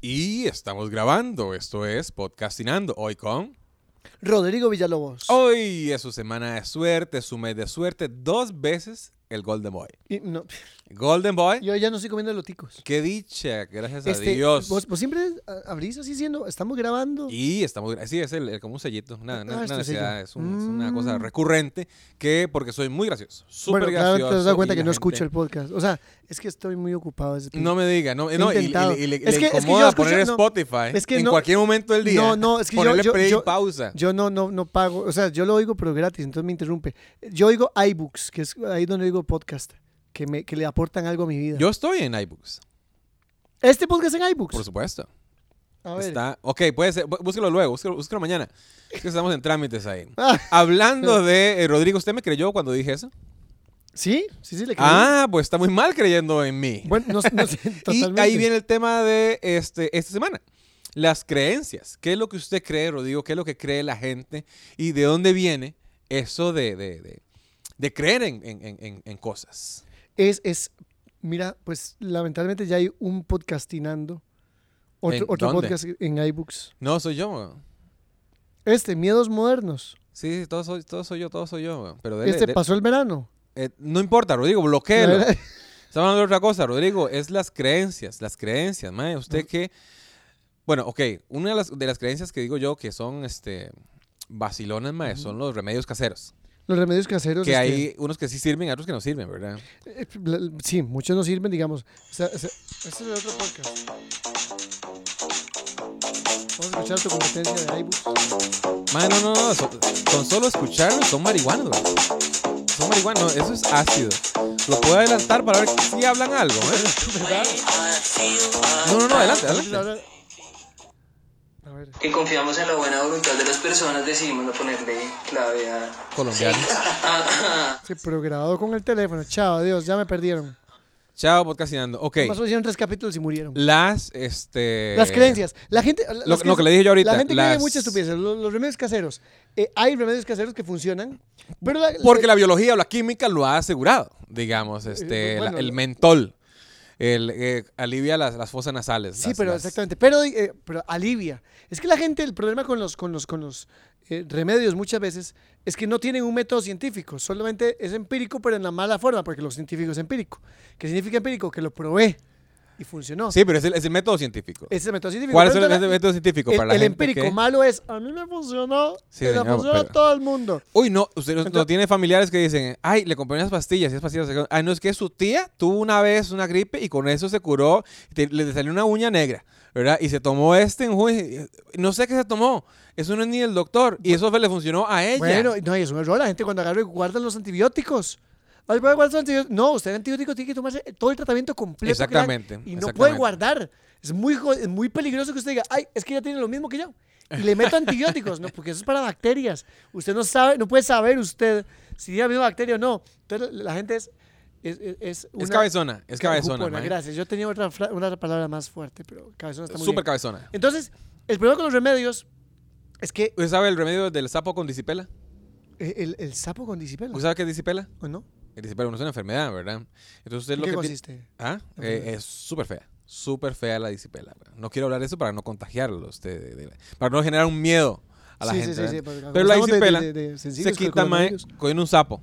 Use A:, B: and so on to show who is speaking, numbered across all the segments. A: Y estamos grabando, esto es Podcastinando, hoy con...
B: Rodrigo Villalobos.
A: Hoy es su semana de suerte, su mes de suerte, dos veces el Golden Boy.
B: Y no,
A: Golden Boy,
B: yo ya no estoy comiendo loticos.
A: qué dicha, gracias a
B: Este,
A: Dios.
B: Vos, vos siempre a- abrís así diciendo, estamos grabando.
A: Y estamos, sí, es el, el- como un sellito, una, una-
B: Ah,
A: una
B: este
A: necesidad,
B: sello.
A: es, un- es una cosa
B: Mm.
A: recurrente que porque soy muy gracioso, súper
B: bueno, claro,
A: gracioso.
B: te has dado cuenta
A: y
B: que
A: la
B: no
A: gente-
B: escucho el podcast. O sea, es que estoy muy ocupado. Ese
A: No me diga, no,
B: He
A: no, y- y,
B: intentado.
A: y le, le
B: Es que- es que yo
A: incomoda
B: escucho-
A: poner
B: no,
A: Spotify
B: es que
A: en
B: no-
A: cualquier momento del día.
B: No, no, es que yo-
A: ponerle
B: yo-
A: play y
B: yo-
A: pausa.
B: Yo no, no, no pago. O sea, yo lo oigo pero gratis, entonces me interrumpe. Yo oigo iBooks, que es ahí donde oigo podcast, que, me, que le aportan algo a mi vida.
A: Yo estoy en iBooks,
B: este podcast en iBooks.
A: por supuesto.
B: a ver.
A: Está, ok, puede ser, bú- búsquelo luego, búsquelo, búsquelo mañana. Es que estamos en trámites ahí.
B: Ah,
A: Hablando de eh, Rodrigo, ¿usted me creyó cuando dije eso?
B: sí, sí, sí, le creo.
A: Ah, pues está muy mal creyendo en mí.
B: Bueno, no, no sé,
A: Y
B: totalmente.
A: ahí viene el tema de este, esta semana. Las creencias. ¿Qué es lo que usted cree, Rodrigo? ¿Qué es lo que cree la gente? ¿Y de dónde viene eso de, de, de- de creer en, en- en- en- en cosas?
B: es, es, mira, pues lamentablemente ya hay un podcastinando. Otro,
A: ¿En
B: otro
A: dónde?
B: podcast en iBooks.
A: No, soy yo. weón.
B: Este, Miedos Modernos.
A: Sí, sí, todo soy, todo soy yo, todo soy yo. weón. Pero dele-
B: este
A: de-
B: pasó el verano.
A: eh, no importa, Rodrigo,
B: La
A: bloqueelo.
B: verdad-
A: Estamos hablando de otra cosa, Rodrigo. Es las creencias, las creencias, mae. Usted que... Bueno, ok. Una de las, de las creencias que digo yo que son este, vacilones, mae, son los remedios caseros.
B: Los remedios caseros.
A: Que
B: este,
A: hay unos que sí sirven y otros que no sirven, ¿verdad?
B: eh, la- la- sí, muchos no sirven, digamos. O sea, o sea, este es el otro podcast. Vamos a escuchar tu competencia de iBooks.
A: Man, no, no, no. so- con solo escucharlo son marihuanos, güey. Son marihuanos, eso es ácido. Lo puedo adelantar para ver si hablan algo, ¿eh? No, no, no, adelante, adelante.
B: Ahora- A ver.
C: que confiamos en la buena voluntad de las personas, decidimos no ponerle clave a...
A: Colombianos.
B: Sí, pero grabado con el teléfono. Chao, adiós, ya me perdieron.
A: Chao, podcastinando. Ok.
B: Más hicieron tres capítulos y murieron.
A: Las, este.
B: Las creencias. La gente. las
A: lo
B: creencias-
A: que le dije yo ahorita,
B: La gente
A: las-
B: cree muchas estupideces. Los, los remedios caseros. Eh, hay remedios caseros que funcionan. Pero la-
A: Porque la biología o la química lo ha asegurado, digamos, este,
B: Eh, bueno,
A: la- el
B: la-
A: mentol. El, eh, alivia las, las fosas nasales.
B: Sí,
A: las-
B: pero
A: las-
B: exactamente. Pero, eh, pero alivia. Es que la gente, el problema con los, con los, con los eh, remedios muchas veces es que no tienen un método científico. Solamente es empírico, pero en la mala forma, porque lo científico es empírico. ¿Qué significa empírico? Que lo probé y funcionó.
A: Sí, pero es el, es el método científico.
B: Ese es el método científico.
A: ¿Cuál es
B: Eh, Pero
A: el,
B: entonces
A: el método científico
B: el-
A: para la
B: el
A: gente
B: empírico
A: que-
B: malo es, a mí me funcionó,
A: Sí,
B: y le
A: señor,
B: funcionó a
A: pero-
B: todo el mundo.
A: Uy, no, usted no, no
B: Entonces-
A: tiene familiares que dicen, ay, le compré unas pastillas, y esas pastillas. se- Ay, no, es que su tía tuvo una vez una gripe y con eso se curó, te- le salió una uña negra, ¿verdad? Y se tomó este enjuague, y- no sé qué se tomó, eso no es ni el doctor, y eso fue- le funcionó a ella.
B: Bueno, no, y es un error. La gente cuando agarra y guarda los antibióticos. Ay, voy a guardar los antibióticos. No, usted el antibiótico tiene que tomarse todo el tratamiento completo. que le dan
A: Exactamente,
B: Y no
A: exactamente.
B: puede guardar. Es muy, jo- es muy peligroso que usted diga, ay, es que ya tiene lo mismo que yo. Y le meto antibióticos, ¿no? Porque eso es para bacterias. Usted no sabe, no puede saber usted si tiene la misma bacteria o no. Entonces la gente es... Es, es, es
A: es
B: una-
A: cabezona, es cabezona,
B: jupona,
A: mae.
B: Gracias. Yo tenía otra, fra- una palabra más fuerte, pero cabezona está muy
A: súper
B: bien.
A: cabezona.
B: Entonces, el problema con los remedios es que
A: ¿Usted sabe el remedio del sapo con disipela?
B: eh, el, el sapo con disipela,
A: ¿Usted sabe qué es disipela?
B: ¿o no?
A: El disipela no es una enfermedad, ¿verdad? Entonces usted
B: ¿En
A: lo
B: qué
A: que ti-
B: consiste?
A: Ah, eh,
B: Entonces-
A: es súper fea. Súper fea la disipela. güey. No quiero hablar de eso para no contagiarlo. a usted, de- de- para no generar un miedo a la
B: Sí, sí,
A: gente.
B: sí, sí,
A: ¿verdad?
B: porque
A: Pero la
B: estamos de-
A: disipela
B: de- de- de sencillos pues,
A: se
B: con el
A: quita mae,
B: coronavirus.
A: con un sapo.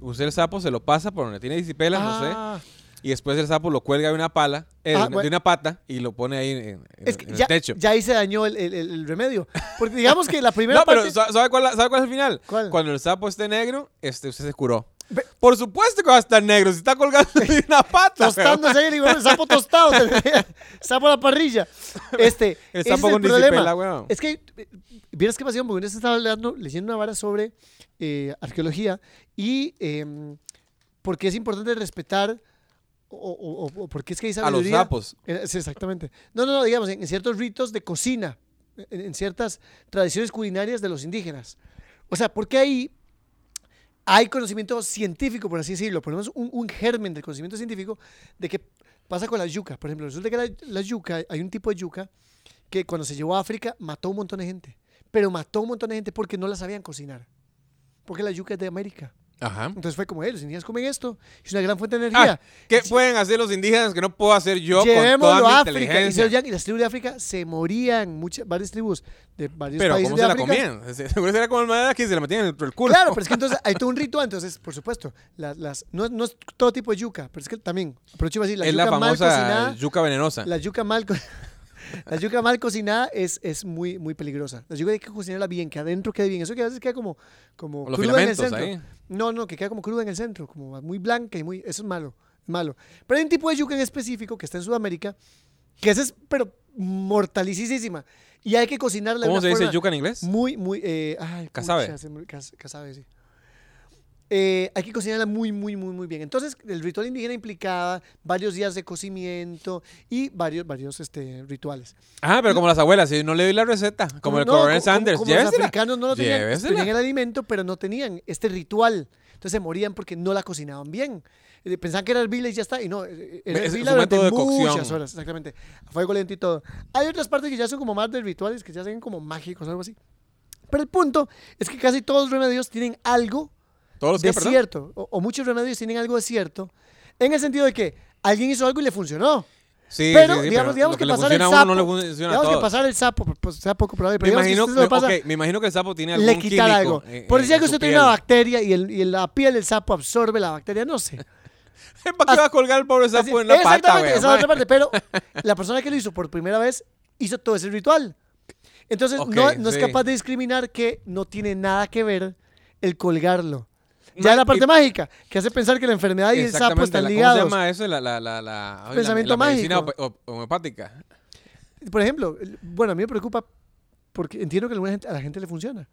A: Usted el sapo se lo pasa por donde tiene disipela, no sé.
B: Ah,
A: Y después el sapo lo cuelga de una pala, eh, de
B: Ah,
A: una- de
B: bueno.
A: una pata y lo pone ahí en, en-
B: es
A: en
B: que
A: el
B: ya,
A: techo.
B: ya ahí se dañó el, el- el- el remedio. Porque digamos que la primera
A: No, pero
B: parte...
A: ¿sa- ¿sabe cuál, la- sabe cuál es el final?
B: ¿Cuál?
A: Cuando el sapo esté negro, este, usted se curó.
B: Ve-
A: Por supuesto que va a estar negro, si está colgando de una pata. weón.
B: Tostándose ahí, digo, el sapo tostado. sapo a la parrilla. Este,
A: El
B: ese
A: sapo
B: es
A: con
B: el problema.
A: disipela, weón.
B: Es que, eh, ¿vieras qué pasión? Porque una vez estaba hablando, leyendo una vara sobre eh, arqueología y eh, por qué es importante respetar o, o- o- o por qué es que hay
A: A los
B: sabiduría.
A: sapos.
B: Eh, sí, exactamente. No, no, no, digamos, en, en ciertos ritos de cocina, en, en ciertas tradiciones culinarias de los indígenas. O sea, porque ahí hay conocimiento científico, por así decirlo, por lo menos un, un germen del conocimiento científico de qué pasa con la yuca. Por ejemplo, resulta que la, la yuca, hay un tipo de yuca que cuando se llevó a África mató un montón de gente, pero mató un montón de gente porque no la sabían cocinar, porque la yuca es de América.
A: Ajá.
B: Entonces fue como, "Eh, los indígenas comen esto. Es una gran fuente de
A: Ah,
B: energía.
A: ¿Qué pueden hacer los indígenas que no puedo hacer yo con
B: Llevémoslo
A: toda mi
B: a África. Y, se lo
A: inteligencia?
B: llevan, y las tribus de África se morían, muchas, varias tribus de varios
A: Pero
B: países
A: ¿cómo
B: de
A: se la
B: África.
A: comían? Se- Seguro era como el madera que se la metían dentro del culo.
B: Claro, pero es que entonces hay todo un ritual. Entonces, por supuesto, las, las, no, es- no es todo tipo de yuca, pero es que también, aprovecho para decir, la
A: es
B: yuca
A: la
B: mal
A: famosa
B: cocinada,
A: yuca venenosa.
B: la yuca mal, co- la yuca mal cocinada es, es muy, muy peligrosa. La yuca hay que cocinarla bien, que adentro quede bien. Eso que a veces queda como, como
A: O los
B: cruda en el
A: filamentos
B: centro.
A: ahí.
B: No, no, que queda como cruda en el centro, como muy blanca y muy, eso es malo, malo. Pero hay un tipo de yuca en específico que está en Sudamérica, que esa es, pero mortalicísima. Y hay que cocinarla de
A: ¿Cómo
B: una
A: se dice
B: forma-
A: yuca en inglés?
B: muy, muy. Eh, ay,
A: Casabe.
B: pucha, se me- cas- casabe, sí. Eh, hay que cocinarla muy, muy, muy, muy bien. Entonces, el ritual indígena implicaba varios días de cocimiento y varios, varios este, rituales.
A: Ah, pero como las abuelas, si no le doy la receta, como el
B: no,
A: coronel
B: co-
A: Sanders,
B: como los
A: llévesela.
B: africanos no lo tenían,
A: Llévesela.
B: tenían el alimento, pero no tenían este ritual. Entonces se morían porque no la cocinaban bien. Eh, Pensaban que era hervirla y ya está. Y no, eh, era
A: Es- es
B: hervirla
A: un
B: durante
A: método de
B: muchas
A: cocción.
B: horas. Exactamente. A fuego lento y todo. Hay otras partes que ya son como más de rituales, que ya se ven como mágicos o algo así. Pero el punto es que casi todos los remedios tienen algo
A: Todos los que,
B: de
A: perdón.
B: cierto. O, o muchos remedios tienen algo de cierto. En el sentido de que alguien hizo algo y le funcionó.
A: Sí,
B: pero
A: sí, sí, pero
B: digamos, digamos
A: lo
B: que,
A: le
B: pasar el
A: funciona a
B: sapo.
A: uno no le funciona a
B: digamos que
A: todos.
B: pasar el sapo, pues sea poco probable.
A: Me
B: Pero digamos
A: imagino,
B: que usted se lo pasa-
A: ok, me imagino que el sapo tiene algún
B: le quitar
A: químico,
B: algo.
A: eh,
B: Por
A: eh,
B: decir
A: en
B: que
A: su
B: usted tiene una
A: piel.
B: bacteria y, el- y la piel del sapo absorbe la bacteria, no sé.
A: ¿Para qué va a colgar el pobre
B: Así-
A: sapo en la pata,
B: exactamente,
A: güey?
B: esa es la otra parte. Pero la persona que lo hizo por primera vez hizo todo ese ritual. Entonces
A: Ok,
B: no, no es
A: sí.
B: capaz de discriminar que no tiene nada que ver el colgarlo.
A: Ma-
B: Ya la parte
A: y-
B: mágica, que hace pensar que la enfermedad y el sapo
A: Exactamente,
B: están
A: la- ¿Cómo
B: ligados.
A: se llama eso? La, la, la, la, ay, la-
B: Pensamiento
A: la medicina
B: mágico.
A: op- op- homeopática.
B: Por ejemplo, el- bueno, a mí me preocupa porque entiendo que a alguna gente- a la gente le funciona.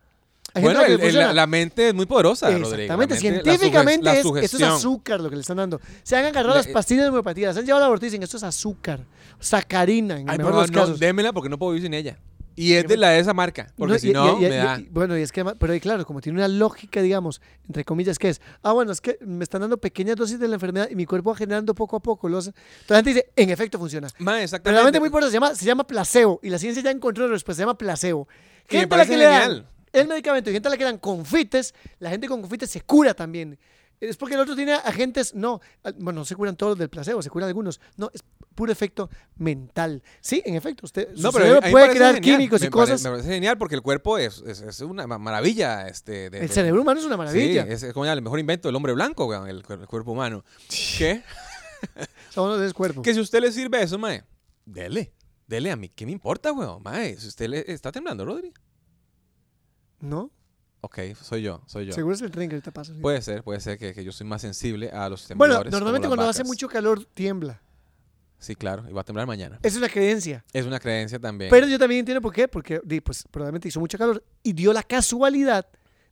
B: Hay gente
A: Bueno,
B: a la que
A: el-
B: le
A: el- la,
B: funciona.
A: la mente es muy poderosa, Rodrigo. La
B: Exactamente,
A: mente- la suge-
B: científicamente
A: la
B: es- esto es
A: sugestión. eh,
B: azúcar lo que le están dando. Se han agarrado
A: Le-
B: las pastillas de homeopatía, se han llevado al laboratorio y dicen esto es azúcar, sacarina en el
A: Ay,
B: mejor
A: no,
B: de los
A: no,
B: casos.
A: démela porque no puedo vivir sin ella. Y es de la de esa marca, porque
B: No,
A: si
B: y- y-
A: no,
B: y-
A: me
B: y-
A: da...
B: y- bueno, y es que, ama- pero claro, como tiene una lógica, digamos, entre comillas, que es, ah, bueno, es que me están dando pequeñas dosis de la enfermedad y mi cuerpo va generando poco a poco. Los, entonces la gente dice, en efecto funciona.
A: Ma,
B: Pero
A: exactamente.
B: realmente muy por eso se llama, se llama placebo y la ciencia ya encontró la respuesta, se llama placebo.
A: Y me
B: Gente a la
A: parece
B: que le dan
A: genial.
B: el medicamento y gente a la que le dan confites, la gente con confites se cura también. Es porque el otro tiene agentes, no, al- bueno, no se curan todos los del placebo, se curan algunos. No, es puro efecto mental. Sí, en efecto, usted su
A: No, pero
B: cerebro
A: a mí me
B: puede
A: parece
B: crear
A: genial.
B: químicos y
A: Me pare-
B: cosas.
A: me parece genial porque el cuerpo es, es, es una ma- maravilla. Este, de-
B: el
A: de-
B: cerebro humano es una maravilla.
A: Sí, es, es como ya el mejor invento del hombre blanco, weón, el, cuer- el cuerpo humano. ¿Qué?
B: Somos del cuerpo.
A: Que si a usted le sirve eso, mae, dele. Dele a mí, ¿qué me importa, weón? Mae, si usted le está temblando, Rodri.
B: ¿No?
A: Ok, soy yo, soy yo.
B: Seguro es el tren que ahorita pasa. sí.
A: Puede ser, puede ser que, que yo soy más sensible a los temblores.
B: Bueno,
A: como
B: normalmente
A: las
B: cuando hace
A: vacas.
B: mucho calor tiembla.
A: Sí, claro, y va a temblar mañana.
B: Es una creencia.
A: Es una creencia también.
B: Pero yo también entiendo por qué, porque di, pues, probablemente hizo mucho calor y dio la casualidad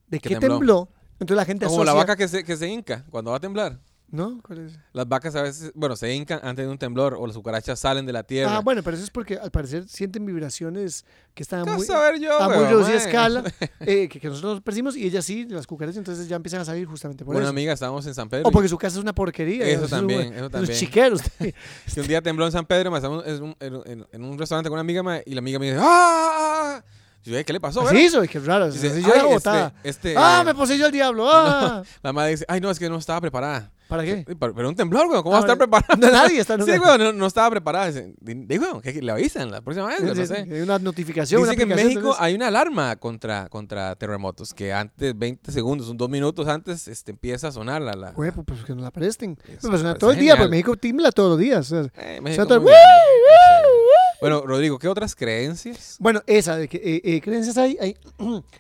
B: de
A: Que
B: que,
A: tembló.
B: tembló. Entonces la gente
A: como la
B: asocia-
A: vaca que se, que se hinca cuando va a temblar.
B: ¿No? ¿Cuál es?
A: Las vacas a veces, bueno, se hincan antes de un temblor o las cucarachas salen de la tierra.
B: Ah, bueno, pero eso es porque al parecer sienten vibraciones que están
A: ¿Qué
B: a muy,
A: vas a ver yo, eh?
B: a muy
A: weón,
B: reducida
A: mae?
B: escala, eh, que, que nosotros percibimos y ellas sí, las cucarachas, entonces ya empiezan a salir justamente por
A: Una
B: eso.
A: amiga, estábamos en San Pedro.
B: O
A: y-
B: porque su casa es una porquería.
A: Eso
B: es un-
A: también, eso
B: es un
A: también.
B: chiquero, usted.
A: que un día tembló en San Pedro, ma, estábamos en un, en, en- en un restaurante con una amiga ma, y la amiga me dice, ¡ah! Y yo, "Eh, ¿qué le pasó?
B: Así
A: verga?"
B: hizo, y qué raro.
A: Dice,
B: así
A: "Ay,
B: yo era
A: este-
B: botada.
A: este,
B: ¡Ah,
A: eh,
B: me poseyó el diablo! ¡Ah!
A: La madre dice, ay, no, es que no estaba preparada.
B: ¿Para qué?
A: Sí, Pero, pero un temblor, güey, ¿cómo
B: Ah,
A: va a estar
B: bueno.
A: preparada?
B: No, nadie está
A: Sí,
B: nunca-
A: güey, no, no estaba preparada. Dice, digo, que le avisan la próxima vez,
B: Sí,
A: güey, no
B: sí,
A: sé.
B: sí, Hay eh, una notificación.
A: Dice
B: una
A: que en
B: aplicación,
A: México
B: entonces-
A: hay una alarma contra, contra terremotos que antes, 20 segundos, un dos minutos antes, este, empieza a sonar la... la
B: Güey, pues, pues que nos la presten.
A: Eso
B: Pues, suena
A: parece
B: todo el día,
A: genial.
B: pues México timbla todos los días. o sea.
A: Eh, México,
B: todo-
A: muy bien, sí. Bueno, Rodrigo, ¿qué otras creencias?
B: Bueno, esa de que eh, eh, creencias hay. hay-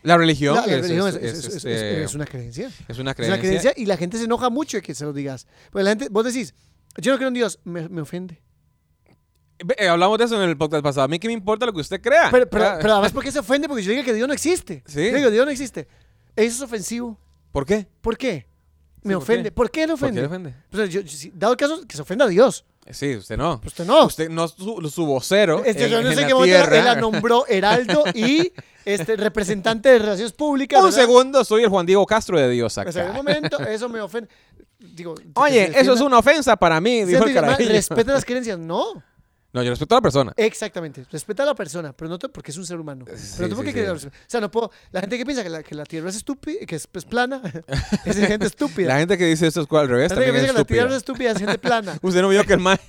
A: La religión,
B: la, la
A: es,
B: religión
A: es-
B: es,
A: es,
B: es- es-
A: este,
B: es una creencia.
A: es una
B: Es una
A: creencia.
B: creencia y la gente se enoja mucho de que se lo digas. Pues la gente, vos decís, yo no creo en Dios, me, me ofende.
A: Ve, eh, hablamos de eso en el podcast pasado. A mí qué me importa lo que usted crea.
B: Pero, pero,
A: Ah,
B: pero además, ¿por qué se ofende? Porque yo digo que Dios no existe.
A: Sí.
B: Yo digo, Dios no existe. Eso es ofensivo.
A: ¿Por qué?
B: ¿Por qué? Me
A: Sí, ¿por qué?
B: ofende. ¿Por qué no
A: ¿Por qué
B: ofende?
A: ofende?
B: O sea, yo- yo- si- dado el caso, que se ofenda a Dios.
A: Eh, Sí, usted no.
B: Pues usted no.
A: Usted no es su, su vocero.
B: Este,
A: en-
B: yo no
A: en
B: sé
A: la
B: qué momento
A: tierra.
B: él la nombró heraldo y este, representante de relaciones públicas.
A: Un
B: ¿verdad?
A: segundo, soy el Juan Diego Castro de Dios
B: O sea, en
A: acá.
B: un momento, eso me ofende. Digo, que se
A: Oye, eso es
B: defienda-
A: una ofensa para mí,
B: Sí,
A: dijo el
B: digo, ma,
A: carajillo.
B: Respeta las creencias. No.
A: No, yo respeto a la persona.
B: Exactamente. Respeta a la persona, pero no te- porque es un ser humano. Pero
A: Sí,
B: no tengo
A: sí,
B: que
A: sí.
B: querer- O sea, no puedo. La gente que piensa que la, que la tierra es estúpida, que es, es plana, es gente estúpida.
A: La gente que dice esto es cual al revés
B: La gente que
A: también es
B: piensa que la tierra es
A: estúpida.
B: estúpida es gente plana.
A: Usted no vio que el ma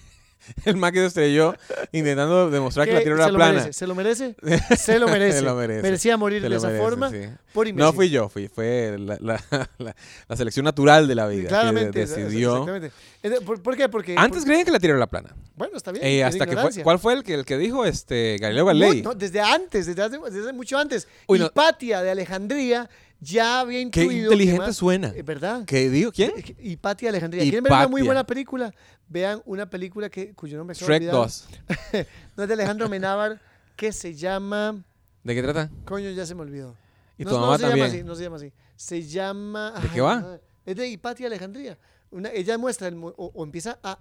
A: el ma que se estrelló intentando demostrar que la
B: Que
A: tierra
B: se
A: era
B: lo
A: plana.
B: merece, se lo merece, se lo merece.
A: lo merece.
B: Merecía morir
A: Se
B: de
A: lo
B: esa
A: merece,
B: forma
A: sí.
B: por
A: No
B: imbécil.
A: fui yo, fui, fue la, la- la- la selección natural de la vida. que
B: Claramente.
A: de-
B: esa- esa-
A: decidió.
B: exactamente. Ente- ¿Por, por qué? Porque.
A: Antes
B: por-
A: creían que la tierra era plana.
B: bueno, está bien.
A: Eh,
B: es
A: hasta que fue,
B: ignorancia.
A: ¿Cuál fue el que, el que dijo este Galileo Galilei?
B: No, no, desde antes, desde, hace- desde mucho antes.
A: Uy, no.
B: Hipatia de Alejandría ya había
A: Qué
B: intuido. que
A: inteligente
B: más-
A: suena.
B: Eh, ¿Verdad?
A: ¿Qué dijo? ¿Quién?
B: Eh, Hipatia de Alejandría. ¿Quieren ver una muy
A: Hipatia.
B: buena película? Vean una película que, cuyo nombre se me ha
A: Shrek
B: olvidado.
A: 2.
B: No es de Alejandro Menábar, que se llama.
A: ¿De qué trata?
B: Coño, ya se me olvidó.
A: Y
B: no,
A: tu
B: no
A: mamá
B: se
A: también.
B: Llama así, no se llama así. Se llama.
A: ¿De qué
B: ay,
A: va?
B: madre, Es de Hipatia Alejandría. Una- ella muestra el mo- o, o empieza a.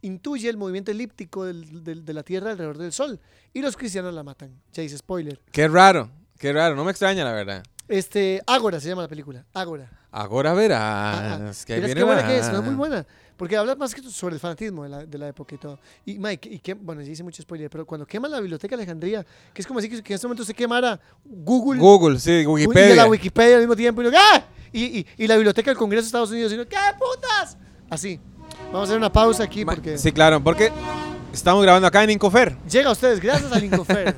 B: intuye el movimiento elíptico del- del- de la Tierra alrededor del Sol. Y los cristianos la matan. Ya hice spoiler.
A: Qué raro, qué raro. No me extraña, la verdad.
B: Este. Ágora se llama la película. Ágora.
A: Ahora
B: Ajá.
A: verás. Ah, que ahí
B: Verás
A: viene
B: qué buena
A: la-
B: que es, ¿no? Muy buena. Porque habla más que sobre el fanatismo de la, de la época y todo. Y Mike, y que, bueno, ya hice mucho spoiler, pero cuando quema la biblioteca de Alejandría, que es como así que, que en este momento se quemara Google,
A: Google, sí,
B: y
A: Wikipedia.
B: la Wikipedia al mismo tiempo, y, uno, ¡ah! y, y- y la biblioteca del Congreso de Estados Unidos, y uno, ¡qué putas! Así. Vamos a hacer una pausa aquí
A: Ma-
B: porque
A: Sí, claro, porque estamos grabando acá en Incofer.
B: llega a ustedes gracias al Incofer.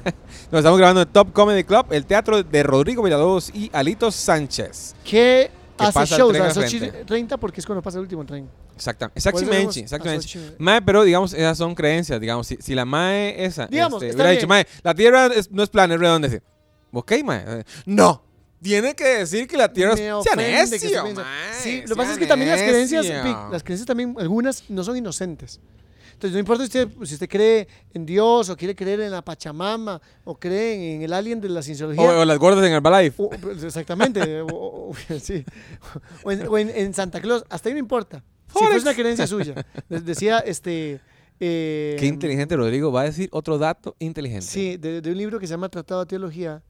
A: Nos estamos grabando en Top Comedy Club, el teatro de Rodrigo Villalobos y Alito Sánchez.
B: que
A: Que
B: hace
A: pasa el
B: shows
A: tren al
B: a las ocho y
A: frente.
B: 30 porque es cuando pasa el último tren.
A: Exacta-
B: Pues vemos
A: Exactamente,
B: hasta
A: exactamente.
B: ocho.
A: Mae, pero digamos, esas son creencias, digamos. Si, si la mae esa
B: Digamos,
A: este,
B: está
A: hubiera dicho, mae,
B: bien.
A: la tierra es- no es plana, es redonda. dice, ok, mae. eh, No, tiene que decir que la tierra es...
B: Me
A: sea
B: ofende que se
A: necio,
B: piensa-
A: mae,
B: Sí, lo que
A: sea
B: pasa es que también las creencias,
A: necio.
B: pi- las creencias también, algunas no son inocentes. Entonces, no importa si usted, si usted cree en Dios o quiere creer en la Pachamama o cree en el alien de la
A: O,
B: cienciología.
A: o las gordas en Herbalife.
B: o- o- pues, exactamente. o, o- o- sí. O en, o en- en Santa Claus. Hasta ahí no importa. Si
A: Forex.
B: fuese una creencia suya. De- Decía este. eh,
A: Qué inteligente, Rodrigo. Va a decir otro dato inteligente.
B: Sí, de, de un libro que se llama Tratado de Teología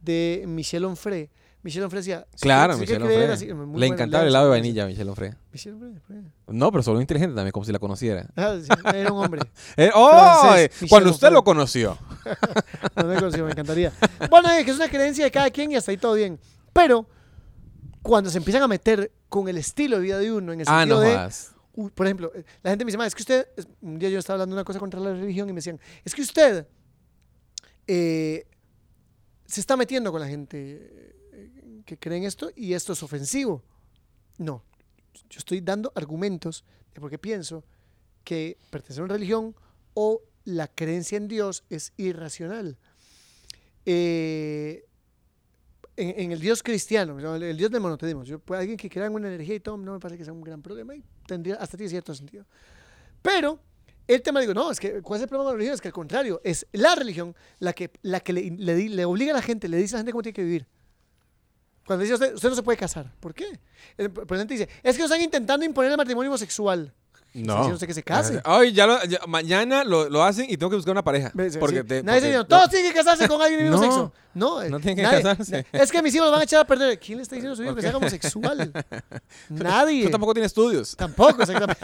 B: de Michel Onfray. Michel Onfray decía. si
A: Claro,
B: usted
A: Michelle
B: quiere creer
A: Onfray.
B: así- muy
A: Le
B: bueno,
A: encantaba
B: lea
A: el helado de
B: esa-
A: vainilla a Michelle Onfray.
B: Michel Onfray, fue.
A: No, pero solo inteligente también, como si la conociera.
B: Ah, sí, era un hombre.
A: Eh, ¡Oh!
B: Francés,
A: eh,
B: Michel
A: cuando usted
B: Onfray.
A: lo conoció.
B: No me conocí, me encantaría. Bueno, eh, que es una creencia de cada quien y hasta ahí todo bien. Pero cuando se empiezan a meter con el estilo de vida de uno, en el
A: Ah,
B: sentido
A: no
B: de,
A: jodas.
B: u- por ejemplo, eh, la gente me dice, "Ma, es que usted, es- un día yo estaba hablando una cosa contra la religión y me decían, es que usted eh, se está metiendo con la gente eh, que cree en esto y esto es ofensivo. No, yo estoy dando argumentos de por qué pienso que pertenecer a una religión o la creencia en Dios es irracional. Eh, en, en el Dios cristiano, ¿no? el, el Dios del monoteísmo, yo, pues, alguien que crea en una energía y todo, no me parece que sea un gran problema y tendría, hasta tiene cierto sentido. Pero el tema, digo, no, es que ¿cuál es el problema de la religión? Es que al contrario, es la religión la que, la que le, le di- le obliga a la gente, le dice a la gente cómo tiene que vivir. Cuando dice usted, usted no se puede casar, ¿por qué? El presidente dice, es que nos están intentando imponer el matrimonio homosexual.
A: No.
B: Si usted que se case.
A: Ay, ya lo- ya- mañana lo, lo hacen y tengo que buscar una pareja.
B: Me dice,
A: Porque
B: sí.
A: te-
B: Nadie
A: porque-
B: dice, todos tienen que casarse con alguien del
A: No,
B: mismo sexo. No, eh,
A: no tienen que
B: nadie-
A: casarse.
B: na- Es que mis hijos los van a echar a perder. ¿Quién le está diciendo a su hijo que sea homosexual? Nadie.
A: Tú tampoco tienes estudios.
B: Tampoco, exactamente.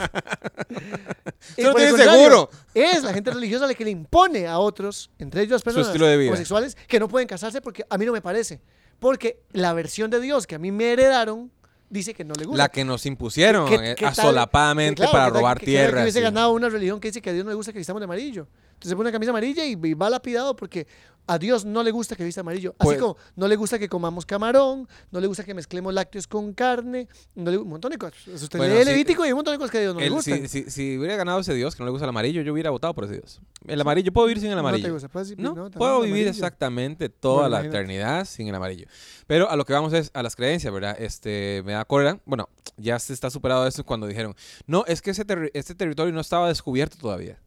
B: Y
A: no
B: por el
A: tienes
B: contrario,
A: seguro.
B: Es la gente religiosa la que le impone a otros, entre ellos personas
A: estilo de vida.
B: homosexuales, que no pueden casarse porque a mí no me parece. Porque la versión de Dios que a mí me heredaron dice que no le gusta.
A: La que nos impusieron
B: ¿Qué-
A: eh,
B: qué tal?
A: asolapadamente
B: Claro,
A: para
B: ¿qué tal
A: robar
B: que- que
A: tierra.
B: hubiese
A: sí.
B: ganado una religión que dice que a Dios no le gusta que vistamos de amarillo. Entonces se pone una camisa amarilla y, y va lapidado porque a Dios no le gusta que vista amarillo. Así
A: Pues-
B: como no le gusta que comamos camarón, no le gusta que mezclemos lácteos con carne, no le, un montón de cosas. Usted
A: Bueno,
B: lee
A: sí.
B: Levítico y hay un montón de cosas que a Dios no le
A: El-
B: gustan.
A: si, si- si hubiera ganado ese Dios que no le gusta el amarillo, yo hubiera votado por ese Dios. El amarillo, puedo vivir sin el
B: No te
A: amarillo.
B: gusta, puedes vivir,
A: No,
B: no, también
A: puedo
B: el
A: vivir
B: amarillo.
A: exactamente toda
B: Bueno,
A: la
B: imagínate.
A: eternidad sin el amarillo. Pero a lo que vamos es a las creencias, ¿verdad? Este, me da cólera. Bueno, ya se está superado eso cuando dijeron, no, es que ese terri- este territorio no estaba descubierto todavía.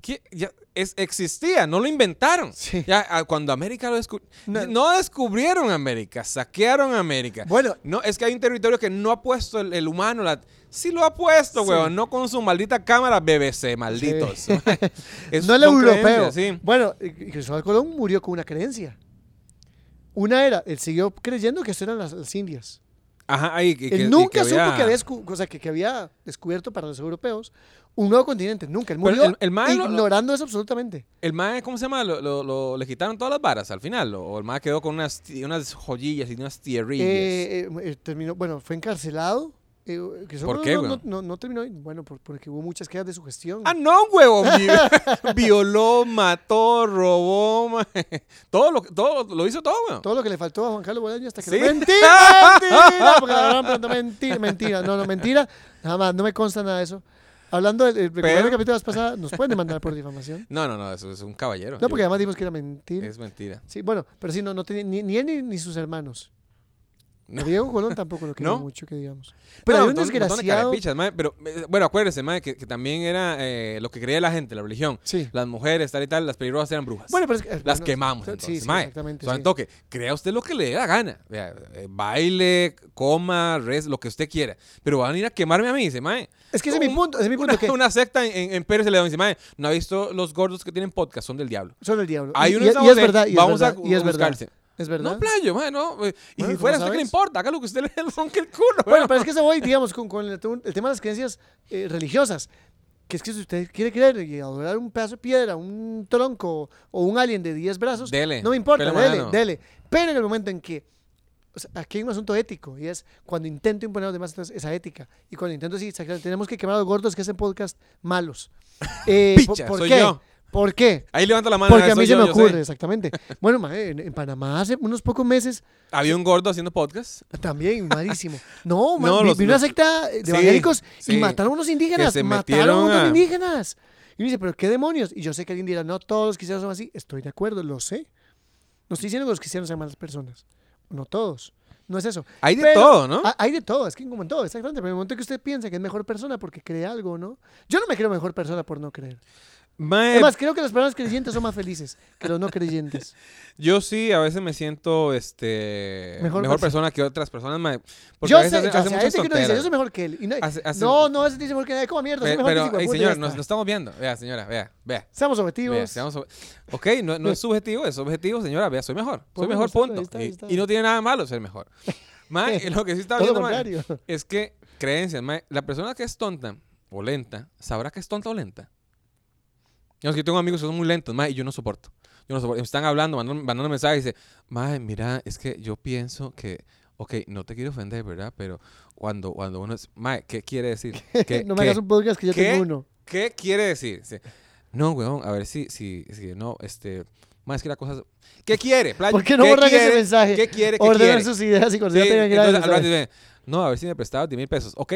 A: ¿Qué? Ya, es, existía, no lo inventaron.
B: Sí.
A: Ya, ah, cuando América lo descubrió.
B: No.
A: No. descubrieron América, saquearon América.
B: Bueno.
A: No, es que hay un territorio que no ha puesto el, el humano. La, sí lo ha puesto,
B: Sí.
A: weón. No con su maldita cámara BBC, malditos. Es-
B: no el
A: son
B: europeo.
A: creencias, sí.
B: Bueno, y- y Cristóbal Colón murió con una creencia. Una era, él siguió creyendo que esto eran las, las Indias.
A: Ajá, ahí. que-
B: él
A: que-
B: nunca
A: que
B: supo
A: había-
B: que había, escu- o sea, que, que había descubierto para los europeos un nuevo continente, nunca. Él
A: Pero
B: murió
A: el- el mae lo- lo-
B: ignorando eso absolutamente.
A: El mae, ¿cómo se llama? Lo, lo- lo- le quitaron todas las varas al final. O el mae quedó con unas, ti- unas joyillas y unas tierrillas.
B: Eh, eh, eh, terminó, bueno, fue encarcelado. eh, que eso
A: ¿Por
B: no-
A: qué,
B: no,
A: weón?
B: no- no- no terminó, bueno, por- porque hubo muchas quejas de su gestión.
A: Ah, no, huevo. Vi- Violó, mató, robó. ma- Todo lo, todo, lo hizo todo, weón.
B: Todo lo que le faltó a Juan Carlos Bolaño hasta que...
A: Sí.
B: ¡Mentira! ¡Mentira! Porque la verdad, pronto, mentira, mentira. No, no, mentira. Nada más, no me consta nada de eso. Hablando del, del
A: Pero-
B: capítulo de las pasadas, ¿nos pueden demandar por difamación?
A: No, no, no, eso es un caballero.
B: No, porque
A: Yo-
B: además dijimos que era mentira.
A: Es mentira.
B: Sí, bueno, pero sí, no, no tenía ni, ni él ni, ni sus hermanos.
A: No.
B: A Diego Colón tampoco lo quería
A: ¿No?
B: mucho, que digamos. Pero había un
A: montón- montón de
B: desgraciado...
A: carepichas, mae, pero, eh, bueno, acuérdese, mae, que, que también era eh, lo que creía la gente, la religión.
B: Sí.
A: Las mujeres, tal y tal, las peligrosas eran brujas.
B: Bueno, pero es que-
A: las
B: bueno,
A: quemamos.
B: sí,
A: Entonces,
B: sí,
A: mae.
B: exactamente,
A: O sea,
B: sí.
A: en toque, crea usted lo que le dé la gana. Vea, eh, baile, coma, res, lo que usted quiera. Pero van a ir a quemarme a mí, dice, mae.
B: Es que ese es mi
A: Un-
B: punto, ese es mi punto
A: Una,
B: que
A: una secta en, en, en Pérez Celedón dice, mae, no ha visto los gordos que tienen podcast, son del diablo.
B: son el diablo.
A: Hay
B: y,
A: uno
B: y-
A: en
B: y
A: San
B: es
A: José,
B: verdad, y
A: vamos
B: es
A: a
B: verdad, y es verdad.
A: buscarse.
B: Es verdad.
A: No, playo, mae, no. eh, Y
B: Bueno,
A: si fuera
B: ¿cómo
A: usted que le
B: sabes?
A: importa, haga lo que usted le ronque el culo.
B: Bueno,
A: Bueno,
B: pero es que eso voy, digamos, con, con el, tu- el tema de las creencias eh, religiosas. Que es que si usted quiere creer y adorar un pedazo de piedra, un tronco o un alien de 10 brazos,
A: Dele,
B: no me importa,
A: pele
B: dele,
A: mano.
B: dele. Pero en el momento en que. o sea, aquí hay un asunto ético y es cuando intento imponer a los demás entonces, esa ética. Y cuando intento decir, "Sacar- tenemos que quemar a los gordos que hacen podcast malos. Eh, po-
A: Picha,
B: ¿Por
A: soy
B: qué?
A: yo.
B: ¿Por qué?
A: Ahí levanta la mano.
B: Porque a
A: soy
B: mí se
A: yo,
B: me
A: yo sé.
B: ocurre, exactamente. Bueno, ma, en, en Panamá hace unos pocos meses
A: Había un gordo haciendo podcast.
B: también, malísimo. No, man,
A: No,
B: vi,
A: los-
B: vi una
A: los-
B: secta de
A: Sí,
B: evangélicos y
A: sí.
B: mataron a unos indígenas.
A: se
B: mataron a unos
A: metieron a-
B: indígenas. Y uno dice, ¿pero qué demonios? Y yo sé que alguien dirá, no, todos los cristianos son así. Estoy de acuerdo, lo sé. No estoy diciendo que los cristianos sean malas personas. No todos. No es eso.
A: Hay de
B: Pero-
A: todo, ¿no?
B: Ah, Hay de todo, es que como en todo, exactamente. Pero en el momento que usted piensa que es mejor persona porque cree algo, ¿no? Yo no me creo mejor persona por no creer.
A: Mae,
B: Además, creo que las personas creyentes son más felices que los no creyentes.
A: yo sí a veces me siento este
B: Mejor
A: mejor,
B: perso-
A: persona que otras personas. mae, porque
B: Yo
A: a
B: sé,
A: veces
B: yo
A: hace- hace
B: sé, hay
A: muchas
B: gente que uno dice, yo
A: tonteras.
B: soy mejor que él. Y no,
A: Hace- hace-
B: no, no, ese dice mejor que nadie, como mierda, soy
A: Pe-
B: mejor
A: Pero,
B: que ese
A: ey,
B: hijueputa,
A: señor,
B: ya
A: nos,
B: está.
A: nos estamos viendo. Vea, señora, vea, vea.
B: Seamos
A: vea,
B: objetivos.
A: seamos ob- ok, no, no es subjetivo, es objetivo, señora. Vea, soy mejor. Soy
B: Por
A: mejor,
B: supuesto, ahí
A: punto.
B: está, ahí
A: y,
B: está.
A: y no tiene nada malo ser mejor. Mae, lo que sí está
B: Todo lo
A: viendo, mae,
B: contrario.
A: es que creencias, mae, la persona que es tonta o lenta, ¿sabrá que es tonta o lenta? Digamos que yo tengo amigos que son muy lentos, mae, y yo no soporto. Yo no soporto. Me están hablando, mandando, mandando mensajes y dice, mae, mira, es que yo pienso que, ok, no te quiero ofender, ¿verdad? Pero cuando, cuando uno es, mae, ¿qué quiere decir? ¿Qué,
B: no me
A: qué,
B: hagas un podcast que yo
A: ¿Qué?
B: tengo uno.
A: qué quiere decir? Sí. No, weón, a ver si, si, si no, este, mae, es que la cosa... ¿Qué quiere? playa?
B: ¿Por qué no
A: ¿Qué
B: borran ese
A: quiere?
B: mensaje?
A: ¿Qué quiere? ¿Qué
B: Ordenen
A: quiere?
B: sus ideas y cuando
A: Sí,
B: ya tengan
A: entonces,
B: gracias.
A: al rato
B: ¿sabes?
A: dice, no, a ver si me prestabas 10 mil pesos. Ok.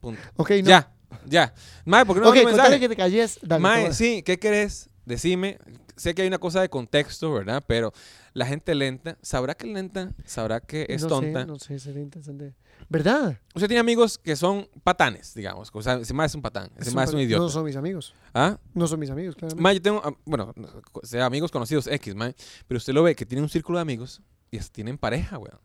A: Punto.
B: Ok, no.
A: Ya, ya. Mae, ¿por qué no
B: ok,
A: okay,
B: contale que te calles. Dale,
A: Mae,
B: toma.
A: sí, ¿qué querés? Decime. Sé que hay una cosa de contexto, ¿verdad? Pero la gente lenta, ¿sabrá que es lenta? ¿Sabrá que es
B: no
A: tonta?
B: Sé, no sé, sería interesante. ¿Verdad?
A: Usted tiene amigos que son patanes, digamos. O sea, ese mae es un patán. Ese
B: Es
A: mae es un
B: pa-
A: idiota.
B: No son mis amigos.
A: ¿Ah?
B: No son mis amigos, claramente.
A: Mae, yo tengo, am- bueno, o sea, amigos conocidos, X, mae. Pero usted lo ve que tiene un círculo de amigos y es- tienen pareja, weón.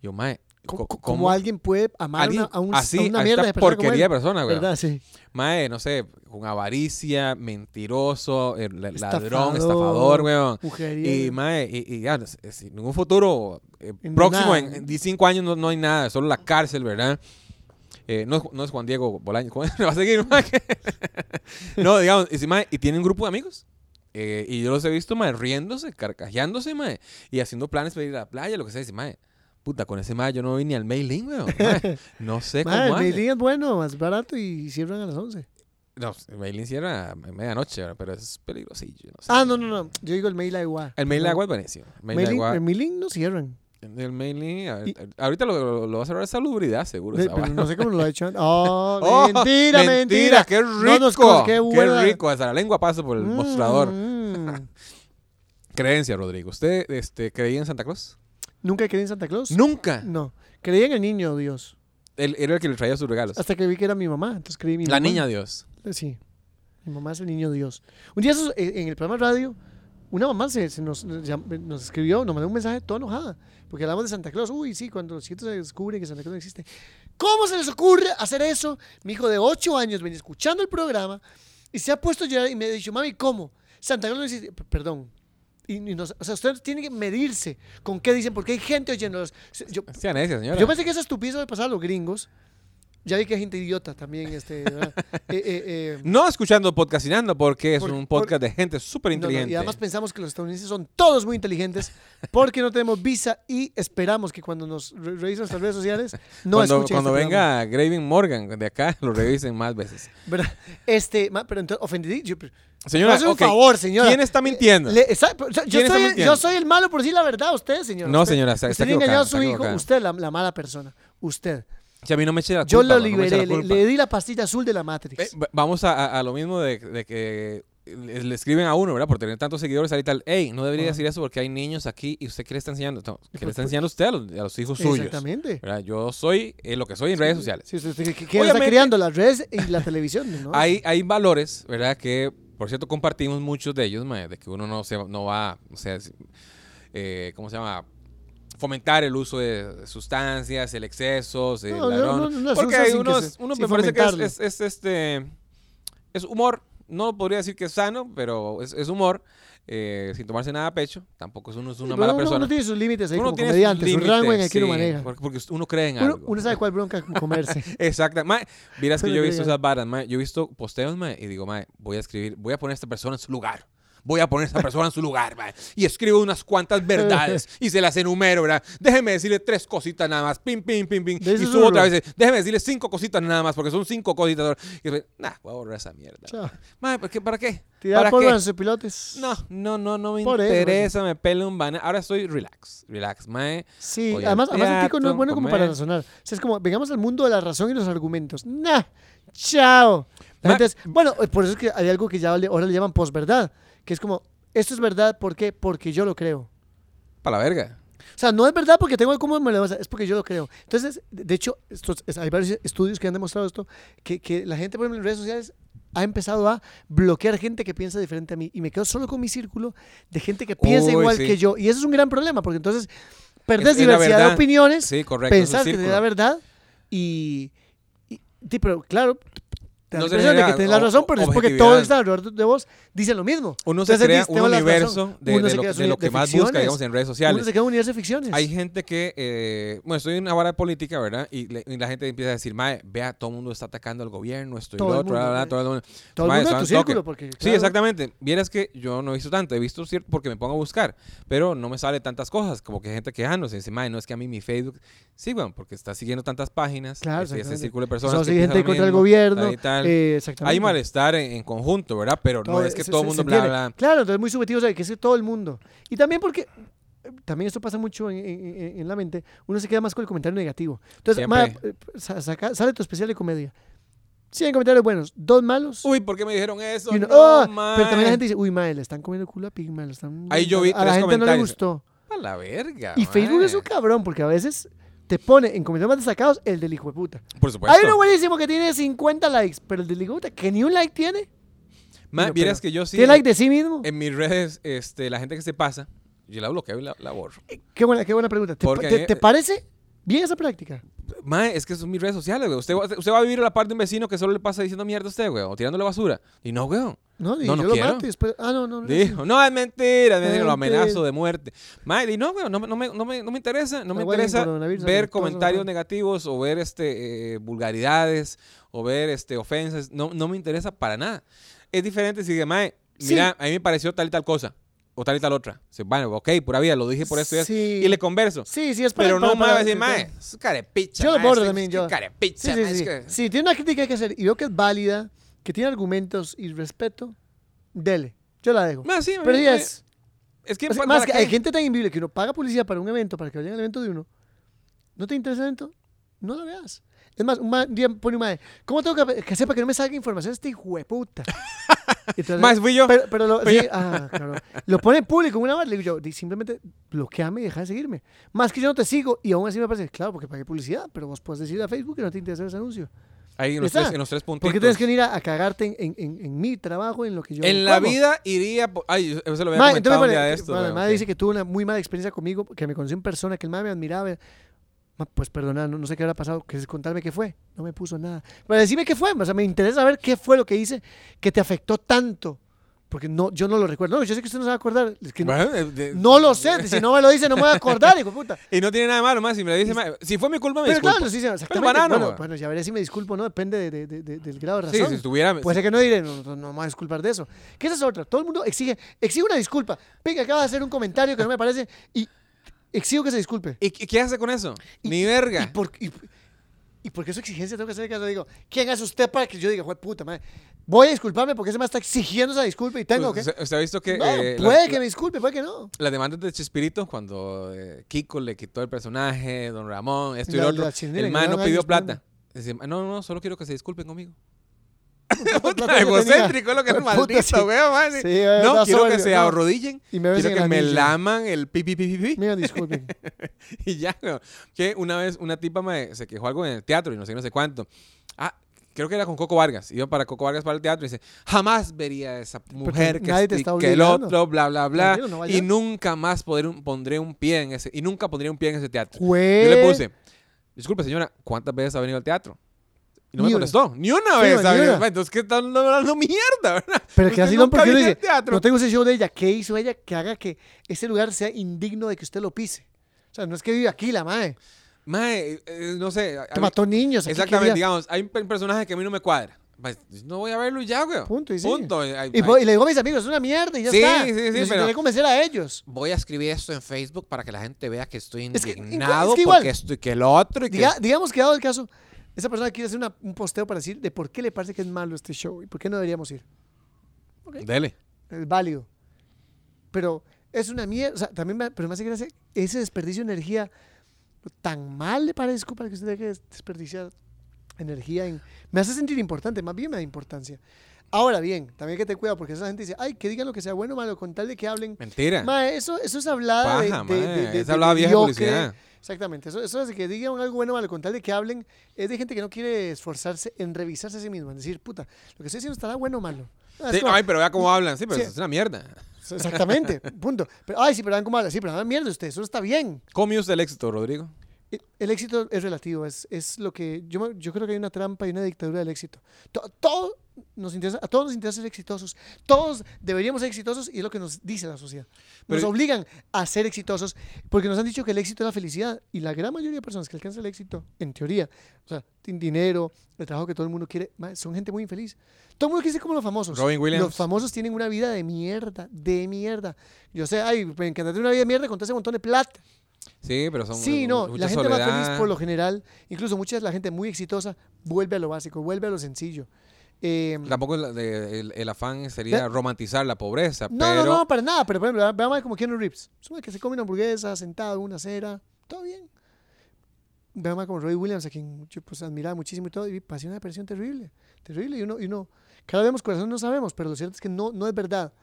A: Yo, mae,
B: Co-
A: co-
B: co- ¿Cómo alguien puede amar a
A: alguien
B: una- a, un,
A: así,
B: a una
A: esta
B: mierda de persona como
A: porquería de
B: él?
A: persona, weón.
B: ¿Verdad? Sí.
A: Mae, no sé, con avaricia, mentiroso, el- la-
B: Estafador.
A: ladrón, estafador, weón.
B: Mujería.
A: Y mae, y, y ya, no sé, sin ningún futuro eh,
B: En
A: próximo,
B: nada.
A: en, en 15 años no, no hay nada, solo la cárcel, ¿verdad? Eh, no, es- no es Juan Diego Bolaño, ¿cómo es? va a seguir, mae? no, digamos, y, si, mae, y tiene un grupo de amigos. eh, y yo los he visto, mae, riéndose, carcajeándose, mae, y haciendo planes para ir a la playa, lo que sea. Y dice, mae, puta, con ese mae yo no voy ni al mailing, weón. mae. no sé cómo
B: Mae, el
A: hace.
B: Medellín es bueno, más barato y cierran a las 11.
A: No, el mail hiciera a medianoche, ¿verdad? pero es peligrosillo. No sé.
B: Ah, no, no, no. Yo digo el mail agua.
A: El mail agua es buenísimo. El mail
B: Mailing-
A: agua.
B: El mailing no cierran.
A: El mailing. a-
B: Y-
A: a- Ahorita lo, lo, lo va a cerrar salubridad, seguro.
B: Ve,
A: esa
B: Pero
A: vara.
B: no sé cómo lo ha hecho antes. Oh,
A: ¡Oh!
B: mentira, mentira.
A: ¡Qué
B: No nos
A: rico!
B: cos- qué
A: ¡Qué,
B: buena-
A: rico! Hasta la lengua pasa por el
B: Mm,
A: mostrador.
B: mm.
A: Creencia, Rodrigo. ¿Usted este, creía en Santa Claus?
B: ¿Nunca creí en Santa Claus?
A: Nunca.
B: No. Creí en el niño Dios.
A: Él era el que le traía sus regalos.
B: Hasta que vi que era mi mamá. Entonces creí en mi
A: La
B: mamá.
A: niña Dios.
B: Eh, Sí. Mi mamá es el niño Dios. Un día esos- eh, en el programa de radio, una mamá se, se nos, llam- nos escribió, nos mandó un mensaje toda enojada. Porque hablamos de Santa Claus. Uy, sí, cuando los cientos se descubre que Santa Claus no existe. ¿Cómo se les ocurre hacer eso? Mi hijo de 8 años venía escuchando el programa y se ha puesto a llorar y me ha dicho, mami, ¿cómo? Santa Claus no existe. P- Perdón. Y, y nos- o sea, ustedes tienen que medirse con qué dicen, porque hay gente oyéndolos. Yo,
A: Sea necia, señora.
B: yo pensé que esa estupidez le pasaba a los gringos, Ya vi que hay gente idiota también. Este, ¿verdad? Eh, eh, eh,
A: No escuchando podcastinando porque es
B: Por-
A: un
B: por-
A: podcast de gente súper
B: no, no,
A: inteligente.
B: y además pensamos que los estadounidenses son todos muy inteligentes porque no tenemos visa y esperamos que cuando nos re- revisen nuestras redes sociales no
A: cuando
B: escuchen
A: cuando
B: este programa.
A: venga Graving Morgan de acá, lo revisen más veces.
B: ¿Verdad? Este, ma- pero entonces, ofendidí. Yo, pero-
A: Señora,
B: Hazme un
A: ok,
B: favor, señora.
A: ¿quién está mintiendo?
B: Le- exacto, pero yo,
A: ¿Quién está
B: soy,
A: mintiendo?
B: yo soy el malo por decir la verdad a usted, señora.
A: No,
B: Usted-
A: señora, está- está
B: Usted le engañó a
A: equivocada,
B: su
A: está
B: hijo.
A: equivocada.
B: Usted la, la mala persona. Usted.
A: Si a mí no me eche la
B: Yo
A: culpa,
B: lo
A: ma, no me eche la
B: liberé. le,
A: culpa.
B: le di la pastilla azul de la Matrix.
A: Eh, va- vamos a, a- a lo mismo de, de que le, le escriben a uno, ¿verdad? Por tener tantos seguidores ahorita, hey, no debería
B: Ajá.
A: decir eso porque hay niños aquí y usted qué le está enseñando, No, ¿qué
B: Pues,
A: le está
B: pues,
A: enseñando usted a los, a los hijos suyos.
B: Exactamente.
A: ¿verdad? Yo soy eh, lo que soy en redes sociales.
B: Sí, usted- usted- ¿qué- qué está
A: Obviamente- Ah,
B: creando? Las redes y la televisión, ¿no?
A: Hay, hay valores, ¿verdad? Que, por cierto, compartimos muchos de ellos, mae, de que uno no, se, no va, o sea, es- eh, ¿cómo se llama? Fomentar el uso de sustancias, el exceso, el
B: No, no,
A: ladrón.
B: no, no las
A: porque
B: usa
A: hay
B: sin que
A: unos,
B: se-
A: uno
B: sin
A: me parece que es,
B: fomentarlo.
A: es- es, este, es humor. No podría decir que es sano, pero es, es humor. eh, sin tomarse nada a pecho. Tampoco es uno es una
B: Pero
A: mala
B: uno-
A: persona.
B: Uno tiene sus límites ahí
A: Uno
B: como
A: tiene sus
B: comediante, su
A: límites,
B: rango en el que uno
A: sí,
B: maneja.
A: Porque, porque uno cree en
B: Uno,
A: algo.
B: uno sabe cuál bronca comerse.
A: Exacto. Mae, vieras que
B: Solo
A: yo he
B: que
A: visto
B: digan.
A: esas varas, mae. Yo he visto posteos, mae, y digo, mae, voy a escribir, voy a poner a esta persona en su lugar. Voy a poner a esta persona en su lugar, mae. Y escribo unas cuantas verdades y se las enumero, ¿verdad? Déjeme decirle tres cositas nada más. Pim, pim, pim, pim.
B: De
A: Y
B: ese
A: subo otra
B: solo.
A: vez. Déjeme decirle cinco cositas nada más, porque son cinco cositas. Y yo, nah, voy a borrar esa mierda.
B: Chao.
A: Mae, ¿por qué- ¿para qué?
B: Tirar
A: ¿Para
B: polvo
A: qué?
B: en sus pilotes.
A: No, no, no, no me
B: Por eso, por
A: interesa, me pela un banana. Ahora estoy relax, relax, mae.
B: Sí,
A: Voy al
B: además, además el tico no es
A: teatro,
B: bueno como para
A: comer.
B: razonar. O sea, es como, vengamos al mundo de la razón y los argumentos. Nah, chao.
A: Ma-
B: La gente es- bueno, eh, por eso es que hay algo que ya le- ahora le llaman posverdad, que es como, esto es verdad, ¿por qué? Porque yo lo creo.
A: Para la verga.
B: O sea, no es verdad porque tengo cómo me lo vas a- es porque yo lo creo. Entonces, de de hecho, estos- es- hay varios estudios que han demostrado esto, que, que la gente, por ejemplo, en redes sociales ha empezado a bloquear gente que piensa diferente a mí. Y me quedo solo con mi círculo de gente que piensa
A: Uy,
B: igual
A: sí.
B: que yo. Y eso es un gran problema, porque entonces
A: Es-
B: perdés
A: es la
B: diversidad de
A: verdad.
B: opiniones,
A: Sí, correcto. es un
B: pensar que te
A: círculo.
B: da verdad y... y- sí, pero claro, te da
A: No
B: la
A: se
B: impresión de
A: genera
B: que tenés la
A: o-
B: razón, pero es porque
A: objetividad.
B: todo está alrededor de vos dice lo mismo.
A: Uno se
B: Entonces,
A: crea
B: dices,
A: un
B: tengo la razón.
A: universo de,
B: Uno
A: de
B: se
A: lo,
B: crea
A: de
B: su-
A: lo
B: de
A: que más busca,
B: ficciones.
A: digamos, en redes
B: Uno
A: sociales.
B: se queda en un universo de ficciones.
A: Hay gente que, eh, bueno, estoy en una vara de política, ¿verdad? Y, le- y la gente empieza a decir, mae, vea, todo el mundo está atacando al gobierno, esto y
B: Todo
A: lo
B: el
A: otro, bla,
B: mundo,
A: bla, bla,
B: mae.
A: todo el mundo.
B: Todo el
A: Mae,
B: mundo de
A: son
B: tu
A: toque.
B: círculo, porque.
A: Sí,
B: claro,
A: exactamente. Vieras que yo no he visto tanto, he visto cierto porque me pongo a buscar, pero no me sale tantas cosas, como que gente quejándose, dice, mae, no es que a mí mi Facebook, sí, bueno, porque está siguiendo tantas páginas,
B: Claro,
A: este, ese
B: exactamente.
A: círculo de personas.
B: Solo
A: que
B: si hay
A: piensan
B: gente
A: lo
B: contra el
A: mismo,
B: gobierno.
A: ahí tal.
B: eh, exactamente.
A: Hay malestar en, en conjunto, ¿verdad? Pero no
B: Todo-
A: es que
B: se-
A: todo el
B: se-
A: mundo
B: se
A: bla,
B: entiende.
A: bla.
B: Claro, entonces muy subjetivo, o sea, que es todo el mundo. Y también porque. eh, También esto pasa mucho en, en- en- en la mente. Uno se queda más con el comentario negativo. Entonces, ma,
A: Siempre.
B: eh, sa- saca- sale tu especial de comedia. 100 comentarios buenos, dos malos.
A: Uy, ¿por qué me dijeron eso?
B: y uno,
A: No,
B: "Ah", pero
A: mae.
B: también la gente dice, uy, mae, le están comiendo el culo a Pigma. le están-
A: Ahí yo vi
B: a la
A: tres
B: gente no le
A: comentarios.
B: gustó.
A: A la verga.
B: Y Facebook
A: mae.
B: es un cabrón, porque a veces te pone en comentarios más destacados el del hijo de puta.
A: Por supuesto.
B: Hay uno buenísimo que tiene 50 likes, pero el del hijo de puta que ni un like tiene.
A: Ma,
B: Pero-
A: vieras
B: pero-
A: que yo sí. Eh,
B: tiene like de sí mismo.
A: En mis redes, este, la gente que se pasa, yo la bloqueo y la, la borro.
B: qué, buena, qué buena pregunta. ¿Te,
A: porque- e-
B: te- te parece bien esa práctica?
A: Ma, es que son mis redes sociales, güey. Usted, va- usted va a vivir a la parte de un vecino que solo le pasa diciendo mierda a usted, güey, o tirándole basura. Y no, güey.
B: No, y
A: No, no
B: yo lo
A: quiero.
B: mato y después. Ah, no, no. no,
A: Dijo, no, es mentira, es mentira, lo
B: Mentira.
A: amenazo de muerte. Ma, y no, güey, no, me- no me, no me- no me interesa, no me
B: Igual en
A: interesa
B: coronavirus,
A: ver
B: en todo,
A: comentarios
B: ¿no?
A: negativos o ver este, eh, vulgaridades o ver este, ofensas. No, no me interesa para nada. Es diferente si dice, mae,
B: Sí.
A: mira, a mí me pareció tal y tal cosa o tal y tal otra. Dice, bueno, ok, pura vida, lo dije por esto y esto.
B: Sí.
A: Y le converso.
B: Sí, sí, es para
A: Pero no
B: para-
A: me va a
B: para-
A: decir,
B: para-
A: mae, es carepicha.
B: Yo lo
A: mae,
B: borro
A: es-
B: también,
A: es
B: yo. Sí,
A: Carepicha,
B: sí,
A: mae, es
B: sí.
A: que-
B: Sí, tiene una crítica que hacer y veo que es válida, que tiene argumentos y respeto, dele. Yo la dejo.
A: Mae, sí,
B: Pero sí
A: mae,
B: es.
A: es que,
B: O sea,
A: ¿para
B: más que
A: qué?
B: hay gente tan invible que uno paga publicidad para un evento, para que vayan al evento de uno. ¿No te interesa el evento? No lo veas. Es más, un ma- un día pone un madre, ¿cómo tengo que, que sepa que no me salga información este hijo de puta? Entonces,
A: Mae, fui yo.
B: pero, pero lo,
A: Pero
B: sí, ah, claro. Lo pone en público una vez, le digo yo, di- simplemente bloqueame y deja de seguirme. Más que yo no te sigo y aún así me parece, claro, porque pagué publicidad, pero vos puedes decirle a Facebook que no te interesa ese anuncio.
A: Ahí en los,
B: Está.
A: tres, en los tres puntitos.
B: Porque tienes que venir a, a cagarte en, en- en- en mi trabajo, en lo que yo
A: En la
B: como?
A: vida iría. por- Ay, yo- eso lo había
B: Mae,
A: comentado un
B: entonces,
A: día
B: mae,
A: de
B: que-
A: esto.
B: mae,
A: weón,
B: mae
A: que-
B: dice que tuvo una muy mala experiencia conmigo, que me conoció en persona, que el mae me admiraba. Ma, Pues perdona, no, no sé qué habrá pasado, que contarme qué fue. No me puso nada. Pero decime qué fue, o sea, me interesa saber qué fue lo que hice que te afectó tanto Porque no, yo no lo recuerdo. No, yo sé que usted no se va a acordar. Es que no-
A: Bueno, eh, de-
B: no, lo sé. Si no me lo dice, no me voy a acordar, hijo de puta.
A: Y no tiene nada de malo, más si me lo dice, ma, si fue mi culpa, me
B: Pero
A: disculpo.
B: claro, sí, sí, exactamente.
A: banano,
B: bueno,
A: weón.
B: bueno, ya veré si me disculpo, ¿no? Depende de- de- de- de- del grado de
A: Sí,
B: razón.
A: si estuviera...
B: Puede ser que no diré, no, no, no me voy a disculpar de eso. Que esa es otra. Todo el mundo exige, exige una disculpa. Venga, acaba de hacer un comentario que no me parece y exijo que se disculpe.
A: ¿Y qué- qué hace con eso?
B: Y-
A: Ni verga.
B: ¿Y por, y, y por qué su exigencia tengo que hacer caso? Digo, ¿quién es usted para que yo diga, "Jue puta madre? Voy a disculparme porque ese más está exigiendo esa disculpa y tengo que.
A: ¿Usted, Pues, usted ha visto que...
B: No,
A: eh, la-
B: puede
A: la-
B: que me disculpe, puede que no.
A: las demandas de Chespirito, cuando eh, Kiko le quitó el personaje, Don Ramón, esto y
B: La-
A: lo
B: la
A: otro,
B: chinela que
A: el man
B: le
A: no
B: dan
A: pidió
B: años poniendo.
A: plata. Dice, "Ah, no, no, solo quiero que se disculpen conmigo.
B: Plata que tenía.
A: Egocéntrico es lo que es
B: Puta,
A: maldito,
B: sí.
A: weón, man.
B: Sí, es
A: no, quiero
B: verdad,
A: que
B: soberbio,
A: se
B: no.
A: arrodillen,
B: Y me
A: quiero
B: besen
A: que
B: el
A: me
B: anillo.
A: laman el pi, pi, pi, pi, pi.
B: Mira, disculpen.
A: Y ya, weón. Que una vez una tipa me- se quejó algo en el teatro y no sé, no sé cuánto. Ah, creo que era con Coco Vargas. Iba para Coco Vargas para el teatro y dice, jamás vería a esa mujer que,
B: nadie te
A: esti-
B: está
A: que el
B: obligando.
A: otro, bla, bla, bla.
B: Tranquilo, no vayas.
A: y nunca más poder un- pondré un pie en ese, y nunca pondría un pie en ese teatro.
B: Jue-
A: Yo le puse, disculpe señora, ¿cuántas veces ha venido al teatro? Y no
B: Ni
A: me
B: una.
A: contestó, ni una
B: Sí,
A: vez.
B: ni
A: ¿sabes?
B: una.
A: Entonces, ¿qué están hablando mierda, verdad?
B: Pero que
A: Usted
B: así no,
A: nunca
B: porque uno
A: viene al
B: dice,
A: teatro.
B: no tengo ese show de ella. ¿Qué hizo ella que haga que ese lugar sea indigno de que usted lo pise? O sea, no es que vive aquí la madre.
A: Mae, eh, no sé. a- a mí-
B: Que mató niños. aquí
A: Exactamente,
B: quería-
A: digamos, hay un per- personaje que a mí no me cuadra. Pues, No voy a verlo y ya, güey.
B: Punto, y sí.
A: Punto. Ay,
B: Y,
A: ay,
B: po- y le digo a mis amigos, es una mierda y ya
A: Sí,
B: está.
A: sí, sí,
B: Y los
A: pero-
B: intenté convencer a ellos.
A: Voy a escribir esto en Facebook para que la gente vea que estoy
B: Es que- es que
A: indignado
B: igual-
A: porque estoy que el otro y que...
B: Diga- digamos que dado el caso, esa persona quiere hacer una- un posteo para decir de por qué le parece que es malo este show y por qué no deberíamos ir.
A: Dele.
B: Es válido. Pero es una mierda. O sea, también me, pero me hace gracia ese desperdicio de energía. Tan mal le parezco para que usted deje de desperdiciar energía en... Me hace sentir importante, más bien me da importancia. Ahora bien, también hay que te cuidado porque esa gente dice, ay, que digan lo que sea bueno o malo, con tal de que hablen.
A: Mentira.
B: Mae, eso, eso es hablada de-
A: Paja,
B: de, de-
A: mae,
B: de-
A: es
B: de
A: hablada vieja
B: mediocre.
A: publicidad.
B: Exactamente, eso, eso es de que digan algo bueno o malo, con tal de que hablen, es de gente que no quiere esforzarse en revisarse a sí misma, en decir, puta, lo que estoy diciendo estará bueno o malo. Ah, es
A: Sí,
B: como-
A: ay, pero vea cómo hablan. Sí, pero
B: Sí.
A: es una mierda.
B: Exactamente, punto. Pero, ay, sí, pero dan como habla, sí, pero dan mierda usted, eso no está bien.
A: ¿Cómo usa el éxito, Rodrigo?
B: El- eh, El éxito es relativo, es, es lo que yo, me- yo creo que hay una trampa y una dictadura del éxito. To- todo nos interesa, a todos nos interesa ser exitosos, todos deberíamos ser exitosos y es lo que nos dice la sociedad. Nos
A: Pero-
B: obligan a ser exitosos porque nos han dicho que el éxito es la felicidad y la gran mayoría de personas que alcanzan el éxito, en teoría, o sea, sin dinero, el trabajo que todo el mundo quiere, ma, son gente muy infeliz. Todo el mundo quiere ser como los famosos.
A: Robin Williams.
B: Los famosos tienen una vida de mierda, de mierda. Yo sé, ay, me encantaría tener una vida de mierda con todo ese montón de plata.
A: Sí, pero son
B: Sí, no,
A: mucha
B: la gente
A: soledad.
B: más feliz por lo general, incluso mucha la gente muy exitosa, vuelve a lo básico, vuelve a lo sencillo. Eh,
A: Tampoco el, el- el afán sería
B: Ve-
A: romantizar la pobreza,
B: no,
A: pero...
B: no, no, para nada, pero por ejemplo, veamos como Keanu Reeves, es uno que se come una hamburguesa, sentado en una acera, todo bien. Veamos como Roy Williams, a quien yo pues admiraba muchísimo y todo, y pasé una depresión terrible, terrible, y uno, y uno, cada vez corazón no sabemos, pero lo cierto es que no, no es verdad,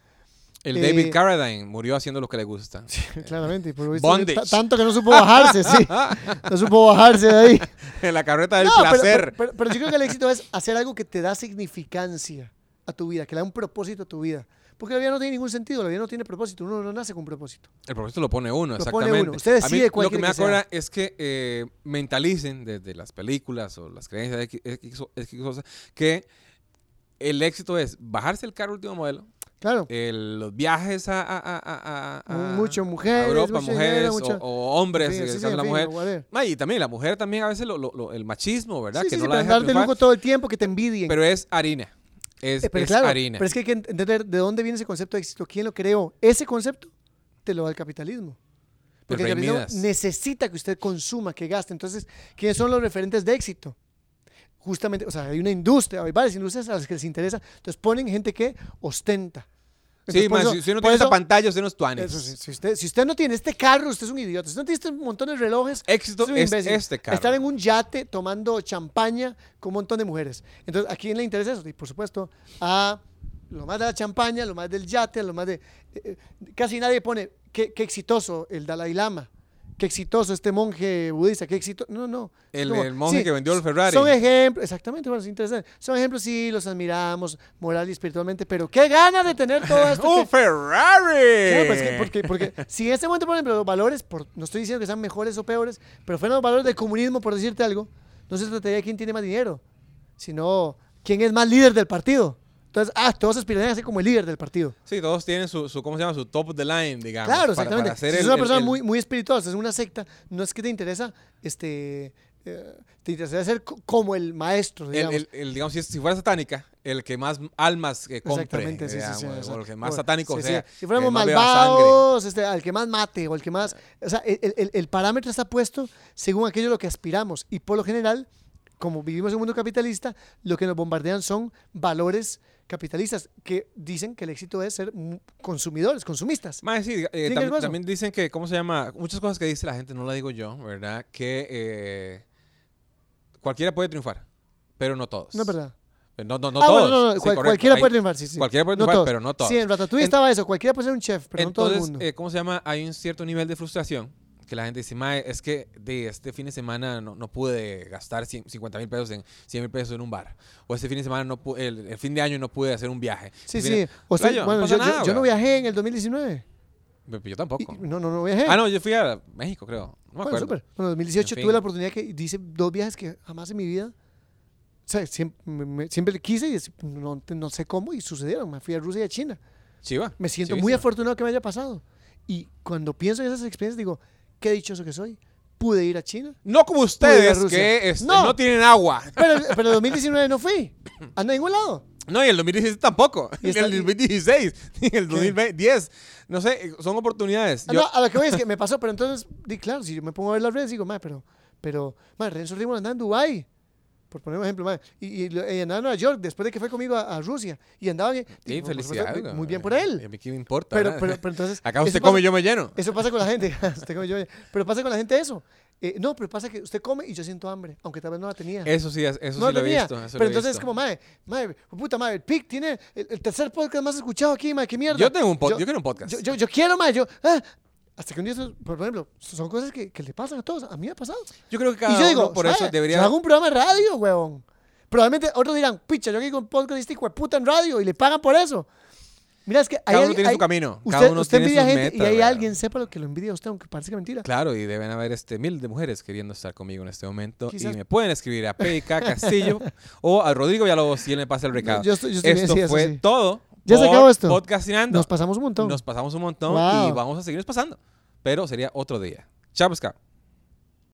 A: El
B: Eh,
A: David Carradine murió haciendo lo que le gusta.
B: claramente, y por lo visto,
A: Bondage.
B: ta- tanto que no supo bajarse, sí, no supo bajarse de ahí.
A: en la carreta del
B: No, pero-
A: placer.
B: Pero, pero- pero yo creo que el éxito es hacer algo que te da significancia a tu vida, que le da un propósito a tu vida. Porque la vida no tiene ningún sentido, la vida no tiene propósito, uno no nace con propósito.
A: El propósito lo pone uno,
B: Lo pone uno.
A: exactamente.
B: Usted decide
A: a mí,
B: cuál
A: lo que
B: quiere
A: me
B: que sea.
A: acuerda es que eh, mentalicen desde las películas o las creencias de X- X o- X cosa, que el éxito es bajarse el carro último modelo,
B: Claro,
A: el- los viajes a, a, a- a- a- a-
B: Mm, mucho
A: a
B: mujeres,
A: Europa,
B: mucho
A: mujeres
B: dinero,
A: o-
B: mucho-
A: o, hombres,
B: Sí,
A: en el
B: sí,
A: caso
B: sí,
A: de la
B: en fin,
A: mujer.
B: whatever.
A: Ma, y también la mujer también a veces lo- lo- lo- el machismo, ¿verdad?
B: Sí,
A: que
B: sí,
A: no
B: sí,
A: la
B: para
A: deja
B: andar de
A: triunfar,
B: lujo todo el tiempo, que te envidien.
A: pero es harina. Es,
B: Eh, pero
A: es
B: claro,
A: harina.
B: pero es que hay que entender de dónde viene ese concepto de éxito, quién lo creó. Ese concepto te lo da el capitalismo. Porque
A: Rey
B: el capitalismo
A: Midas.
B: necesita que usted consuma, que gaste. Entonces, ¿quiénes son los referentes de éxito? Justamente, o sea, hay una industria, hay varias industrias a las que les interesa. Entonces ponen gente que ostenta.
A: Sí,
B: Entonces, por
A: ma,
B: eso-
A: si, si uno
B: por
A: tiene esa
B: eso-
A: pantalla, usted no es tuanis.
B: eso sí, si, usted, si usted no tiene este carro, usted es un idiota. Si usted no tiene este montón de relojes,
A: Éxito
B: usted un
A: es
B: imbécil.
A: este carro.
B: Estar en un yate tomando champaña con un montón de mujeres. Entonces, ¿a quién le interesa eso? Y por supuesto, a lo más de la champaña, lo más del yate, lo más de... eh, eh, casi nadie pone, qué, qué exitoso el Dalai Lama, qué exitoso este monje budista, qué exitoso... No, no. Es
A: El- el monje que vendió el Ferrari.
B: Son ejemplos, exactamente, bueno, es interesante. Son ejemplos, sí, los admiramos moral y espiritualmente, pero qué ganas de tener todo esto.
A: ¡Un
B: que- Claro,
A: Ferrari!
B: pero es que- porque, porque si en este momento, por ejemplo, los valores, por, no estoy diciendo que sean mejores o peores, pero fueran los valores del comunismo, por decirte algo, no se trataría de quién tiene más dinero, sino quién es más líder del partido. Entonces, ah, todos aspiran a ser como el líder del partido.
A: Sí, todos tienen su, su, ¿cómo se llama? Su top of the line, digamos.
B: Claro,
A: para-
B: exactamente.
A: para ser
B: si
A: el-
B: es una
A: el-
B: persona
A: el-
B: muy, muy espirituosa, es una secta, no es que te interesa, este, eh, te interesa ser co- como el maestro,
A: el-
B: digamos.
A: el- el, digamos, si, es- si fuera satánica, el que más almas que compre.
B: Exactamente, sí, sí, sí,
A: digamos,
B: exacto.
A: o el que más
B: Bueno,
A: satánico
B: sí, sí.
A: sea.
B: Si fuéramos
A: el que más beba sangre.
B: malvados, este, al que más mate o el que más... O sea, el, el- el parámetro está puesto según aquello a lo que aspiramos. Y por lo general, como vivimos en un mundo capitalista, lo que nos bombardean son valores capitalistas que dicen que el éxito es ser mu- consumidores, consumistas.
A: Mae, sí, eh,
B: ¿Tiene
A: tam-
B: algo eso?
A: también dicen que, ¿cómo se llama? Muchas cosas que dice la gente, no la digo yo, ¿verdad? Que eh, cualquiera puede triunfar, pero no todos.
B: No es verdad.
A: No, no, no
B: Ah,
A: todos.
B: bueno, no, no,
A: Sí,
B: cual-
A: correcto.
B: cualquiera
A: Hay-
B: puede triunfar, sí, sí.
A: cualquiera puede triunfar, pero no todos.
B: Sí, en Ratatouille
A: En-
B: estaba eso, cualquiera puede ser un chef, pero no todo el
A: Entonces,
B: mundo.
A: eh, ¿cómo se llama? Hay un cierto nivel de frustración que la gente dice, mae, es que de este fin de semana no, no pude gastar cien- 50 mil pesos en 100 mil pesos en un bar. O este fin de semana, no pu- el, el fin de año no pude hacer un viaje.
B: sí,
A: Este fin de-
B: sí. O sea,
A: Playo, no
B: bueno,
A: pasa
B: yo, yo-
A: nada,
B: yo no
A: weón.
B: viajé en el 2019.
A: Pero Yo
B: Y-
A: tampoco.
B: no, no, no viajé.
A: Ah, no, yo fui a México, creo. No me
B: Bueno,
A: acuerdo.
B: súper. Bueno, en
A: En
B: 2018
A: fin.
B: tuve la oportunidad que hice dos viajes que jamás en mi vida. O sea, siempre, me- me- siempre quise y es- no, no sé cómo y sucedieron. Me fui a Rusia y a China.
A: Chiva.
B: Me siento
A: chivísima.
B: muy afortunado que me haya pasado. Y cuando pienso en esas experiencias digo, qué dichoso que soy. Pude ir a China.
A: No como
B: Pude ir
A: ustedes,
B: a Rusia.
A: que este,
B: No.
A: no. tienen agua.
B: Pero, pero en 2019 no fui. A ningún lado.
A: No, y el 2016 tampoco.
B: Y
A: Y
B: está-
A: el 2016, ni el 2010. No sé, eh, son oportunidades.
B: Ah,
A: Yo-
B: no, a lo que voy es que me pasó, pero entonces, di, claro, si yo me pongo a ver las redes, digo, ma, pero, pero, ma, Renzo Rivas anda en Dubái, por poner un ejemplo, ma, y, y, lo- y andaba en Nueva York después de que fue conmigo a, a Rusia, y andaba bien.
A: sí,
B: digo, por supuesto,
A: felicidades.
B: Muy
A: güey.
B: bien por él.
A: A mí qué me importa.
B: Pero,
A: ¿verdad?
B: pero, pero entonces.
A: eh, Acá usted
B: eso pasa-
A: come y yo me lleno.
B: Eso pasa con la gente. usted come, yo me- pero pasa con la gente eso. Eh, no, pero pasa que usted come y yo siento hambre, aunque tal vez no la tenía.
A: Eso sí, eso
B: no
A: sí lo
B: la
A: he
B: tenía.
A: visto. eso lo
B: pero
A: he
B: entonces es
A: visto.
B: como, madre, madre, puta madre, el PIC tiene el, el tercer podcast más escuchado aquí, madre, qué mierda.
A: Yo tengo un pod- yo quiero un podcast.
B: Yo, yo- yo quiero, madre, yo. ah. hasta que un día, eso- por ejemplo, son cosas que, que le pasan a todos. A mí me ha pasado.
A: Yo creo que cada
B: y yo digo,
A: uno por eso
B: "Sabe,
A: debería.
B: Yo hago un programa de radio, huevón. Probablemente otros dirán, picha, yo aquí con podcast este hijo de puta en radio y le pagan por eso. Mira, es que
A: Cada
B: hay
A: uno
B: alguien-
A: tiene su
B: hay-
A: camino,
B: Usted,
A: cada uno
B: usted
A: tiene
B: envidia
A: sus
B: gente y
A: metas,
B: hay
A: weón.
B: alguien sepa lo que lo envidia a usted, aunque parezca mentira.
A: Claro, y deben haber este mil de mujeres queriendo estar conmigo en este momento.
B: Quizás-
A: Y me pueden escribir a PK Castillo o a Rodrigo Villalobos si él me pasa el recado.
B: yo estoy- yo estoy bien,
A: esto
B: sí, eso
A: fue
B: sí.
A: todo.
B: Ya se
A: por
B: acabó esto.
A: Podcastinando.
B: Nos pasamos un montón.
A: Nos pasamos un montón
B: Wow.
A: y vamos a seguirnos pasando. Pero sería otro día. Chao, pues, pescado.